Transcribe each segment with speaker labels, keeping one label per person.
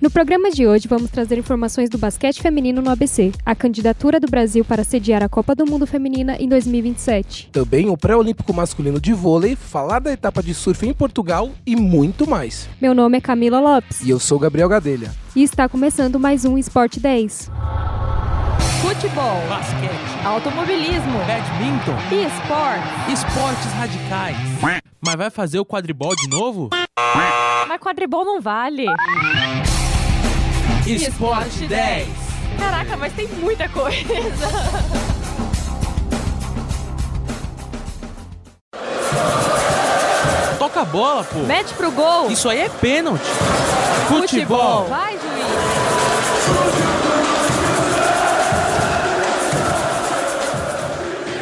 Speaker 1: No programa de hoje, vamos trazer informações do basquete feminino no ABC, a candidatura do Brasil para sediar a Copa do Mundo Feminina em 2027.
Speaker 2: Também o pré-olímpico masculino de vôlei, falar da etapa de surf em Portugal e muito mais.
Speaker 1: Meu nome é Camila Lopes
Speaker 2: E eu sou Gabriel Gadelha.
Speaker 1: e está começando mais um Esporte 10.
Speaker 3: Futebol,
Speaker 4: basquete,
Speaker 3: automobilismo
Speaker 4: badminton,
Speaker 3: e esportes.
Speaker 4: esportes radicais. Mas vai fazer o quadribol de novo?
Speaker 3: Mas quadribol não vale. Esporte 10. Caraca, mas tem muita coisa.
Speaker 4: Toca a bola, pô.
Speaker 3: Mete pro gol.
Speaker 4: Isso aí é pênalti. Futebol.
Speaker 3: é Vai, juiz.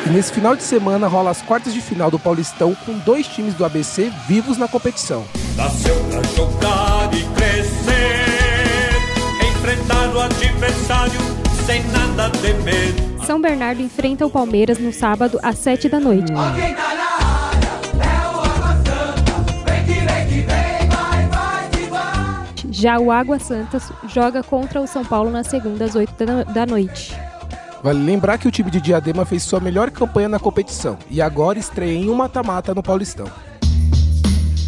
Speaker 2: E nesse final de semana rola as quartas de final do Paulistão com dois times do ABC vivos na competição.
Speaker 5: Nasceu pra jogar e crescer, enfrentar o adversário sem nada temer.
Speaker 1: São Bernardo enfrenta o Palmeiras no sábado às 7 da noite. Já o Água Santa joga contra o São Paulo na segunda às 8 da- da noite.
Speaker 2: Vale lembrar que o time de Diadema fez sua melhor campanha na competição e agora estreia em um mata-mata no Paulistão.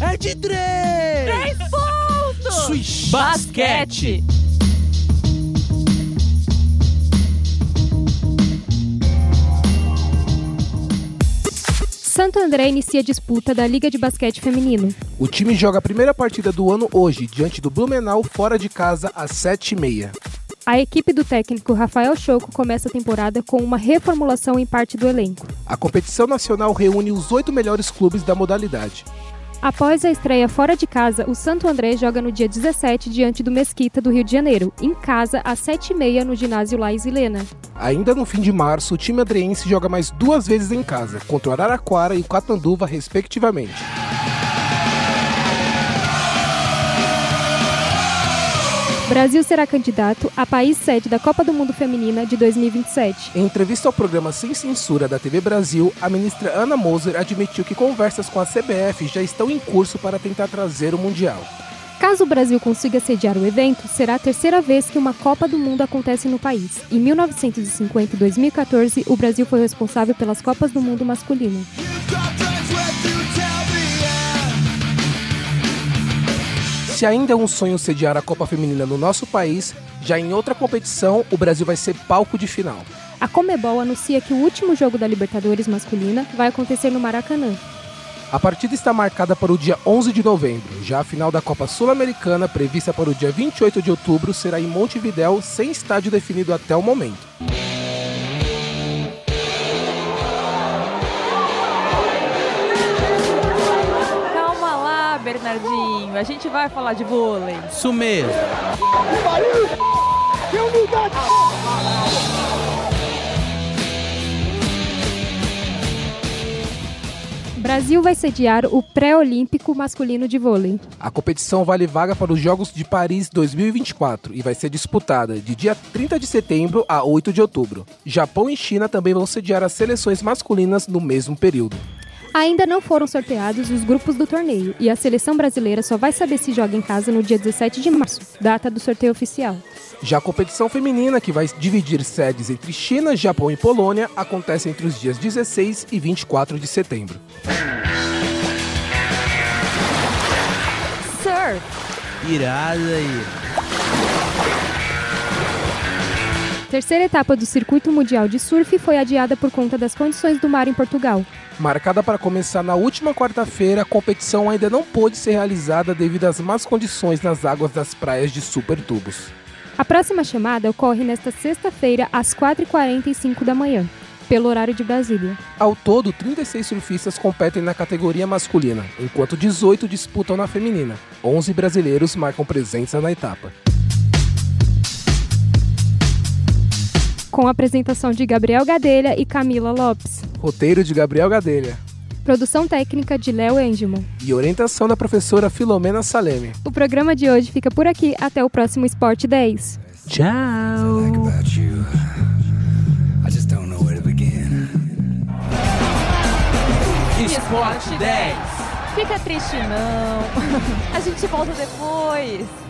Speaker 4: É de três.
Speaker 3: Três pontos.
Speaker 4: Swish. Basquete.
Speaker 1: Santo André inicia disputa da Liga de Basquete Feminino.
Speaker 2: O time joga a primeira partida do ano hoje, diante do Blumenau, fora de casa, às 7h30.
Speaker 1: A equipe do técnico Rafael Choco começa a temporada com uma reformulação em parte do elenco.
Speaker 2: A competição nacional reúne os oito melhores clubes da modalidade.
Speaker 1: Após a estreia fora de casa, o Santo André joga no dia 17 diante do Mesquita do Rio de Janeiro, em casa às 7h30 no ginásio Lais Helena.
Speaker 2: Ainda no fim de março, o time adreense joga mais duas vezes em casa, contra o Araraquara e o Catanduva, respectivamente.
Speaker 1: Brasil será candidato a país sede da Copa do Mundo Feminina de 2027.
Speaker 2: Em entrevista ao programa Sem Censura da TV Brasil, a ministra Ana Moser admitiu que conversas com a CBF já estão em curso para tentar trazer o Mundial.
Speaker 1: Caso o Brasil consiga sediar o evento, será a terceira vez que uma Copa do Mundo acontece no país. Em 1950 e 2014, o Brasil foi responsável pelas Copas do Mundo masculino.
Speaker 2: Se ainda é um sonho sediar a Copa Feminina no nosso país, já em outra competição, o Brasil vai ser palco de final.
Speaker 1: A Comebol anuncia que o último jogo da Libertadores masculina vai acontecer no Maracanã.
Speaker 2: A partida está marcada para o dia 11 de novembro. Já a final da Copa Sul-Americana, prevista para o dia 28 de outubro, será em Montevidéu, sem estádio definido até o momento.
Speaker 3: Calma lá, Bernardinho. A gente vai falar de vôlei.
Speaker 4: Isso mesmo.
Speaker 1: Brasil vai sediar o pré-olímpico masculino de vôlei.
Speaker 2: A competição vale vaga para os Jogos de Paris 2024 e vai ser disputada de dia 30 de setembro a 8 de outubro. Japão e China também vão sediar as seleções masculinas no mesmo período.
Speaker 1: Ainda não foram sorteados os grupos do torneio e a seleção brasileira só vai saber se joga em casa no dia 17 de março, data do sorteio oficial.
Speaker 2: Já a competição feminina, que vai dividir sedes entre China, Japão e Polônia, acontece entre os dias 16 e 24 de setembro.
Speaker 3: Surf.
Speaker 4: Irada aí.
Speaker 1: Terceira etapa do Circuito Mundial de Surf foi adiada por conta das condições do mar em Portugal.
Speaker 2: Marcada para começar na última quarta-feira, a competição ainda não pôde ser realizada devido às más condições nas águas das praias de Supertubos.
Speaker 1: A próxima chamada ocorre nesta sexta-feira, às 4h45 da manhã, pelo horário de Brasília.
Speaker 2: Ao todo, 36 surfistas competem na categoria masculina, enquanto 18 disputam na feminina. 11 brasileiros marcam presença na etapa.
Speaker 1: Com a apresentação de Gabriel Gadelha e Camila Lopes.
Speaker 2: Roteiro de Gabriel Gadelha
Speaker 1: Produção técnica de Léo Engelman.
Speaker 2: e orientação da professora Filomena Saleme.
Speaker 1: O programa de hoje fica por aqui. Até o próximo Esporte 10.
Speaker 4: Tchau.
Speaker 6: about you. I just don't know where to begin.
Speaker 4: Esporte 10.
Speaker 3: Fica triste, não. A gente volta depois.